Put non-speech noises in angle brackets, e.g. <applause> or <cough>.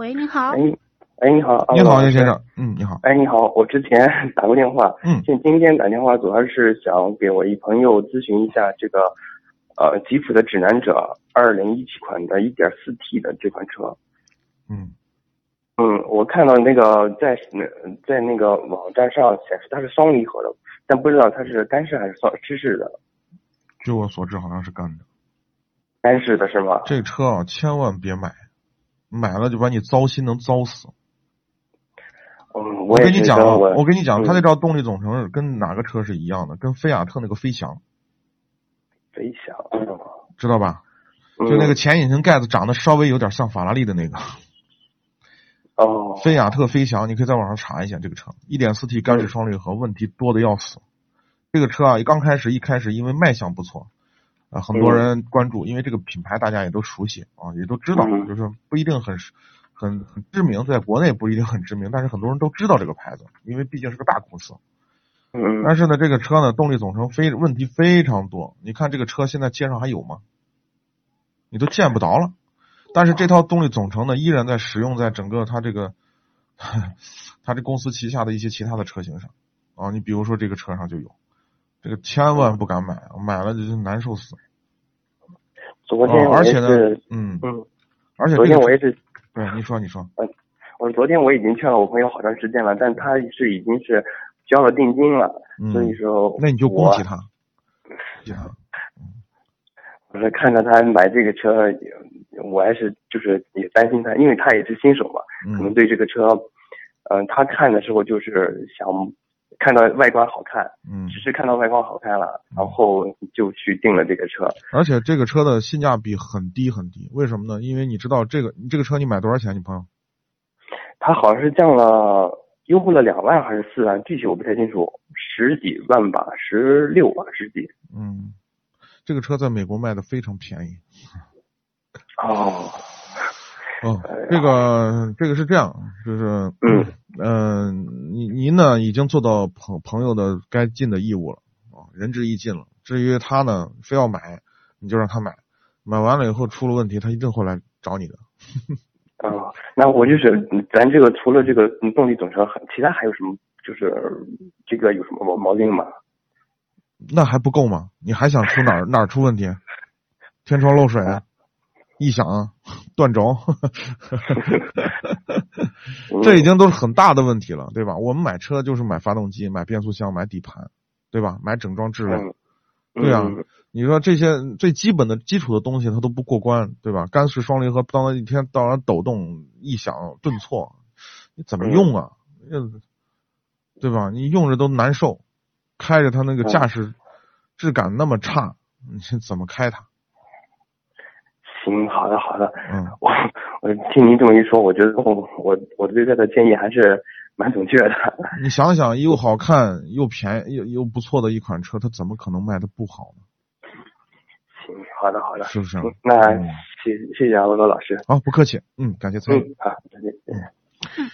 喂，你好。喂，喂，哎你好，啊你好，我叶先生。嗯，你好。哎，你好，我之前 <laughs> 打过电话，嗯今今天打电话主要是想给我一朋友咨询一下这个，呃，吉普的指南者二零一七款的 1.4T 的这款车。嗯嗯，我看到那个在呃在那个网站上显示它是双离合的，但不知道它是干式还是双湿式的，据我所知，好像是干的。干式的是吗？这车啊，千万别买，买了就把你糟心能糟死。嗯，我也跟你是讲跟啊，我我跟你讲，它嗯那套动力总成是跟哪个车是一样的？跟菲亚特那个飞翔，飞翔，嗯知道吧？就那嗯个前引擎盖子长得稍微有点像法拉利的那个哦，菲亚特飞翔，你可以在网上查一下这个车，一点四 T 嗯干式双离合，问题多的要死。这个车啊，刚开始一开始因为卖相不错，啊，很多嗯人关注，因为这个品牌大家也都熟悉啊，也都知道，嗯就是不一定很很很知名，在国内不一定很知名，但是很多人都知道这个牌子，因为毕竟是个大公司。嗯但是呢，这个车呢，动力总成非问题非常多。你看这个车现在街上还有吗？你都见不着了。但是这套动力总成呢，依然在使用在整个它这个 <laughs> 它这公司旗下的一些其他的车型上啊。你比如说这个车上就有，这个千万不敢买，买了就难受死。昨啊天、我而也且呢是，，嗯，嗯，而且昨这天个我车也是对你说你说，我昨天我已经劝了我朋友好长时间了，但他是已经是交了定金了，嗯所，以说那你就我恭喜他，恭喜他。我是看着他买这个车，我还是就是也担心他，因为他也是新手嘛，可能嗯对这个车，嗯、他看的时候就是想看到外观好看，嗯，只是看到外观好看了，然后就去订了这个车。而且这个车的性价比很低很低，为什么呢？因为你知道这个你这个车你买多少钱？你朋友他好像是降了。优惠了两万还是四万，具体我不太清楚，十几万吧，十六吧，十几。嗯，这个车在美国卖的非常便宜。哦，哦，这个这个是这样，就是嗯呃，您您呢已经做到朋朋友的该尽的义务了啊，仁至义尽了。至于他呢，非要买，你就让他买，买完了以后出了问题，他一定会来找你的。啊，那我就是，咱这个除了这个嗯动力总成，还其他还有什么？就是这个有什么毛毛病吗？那还不够吗？你还想出哪儿哪儿出问题？天窗漏水、异响啊、断轴，嗯 <laughs> 这已经都是很大的问题了，对吧？我们买车就是买发动机、买变速箱、买底盘，对吧？买整装质量。嗯，对啊嗯你说这些最基本的基础的东西，它都不过关，对吧？干式双离合，当它一天到晚抖动、异响、顿挫，你怎么用啊？嗯对吧？你用着都难受，开着它那个驾驶质感那么差，你 <laughs> 是怎么开它？行，好的好的，嗯，我我听您这么一说，我觉得我我我对这个建议还是蛮准确的。 <laughs> <laughs> 你想想，又好看又便宜又又不错的一款车，它怎么可能卖的不好呢？行，好的好的，是不是？嗯那嗯谢谢谢啊，罗罗老师。好，不客气，嗯，感谢参与。嗯，好，再见。再见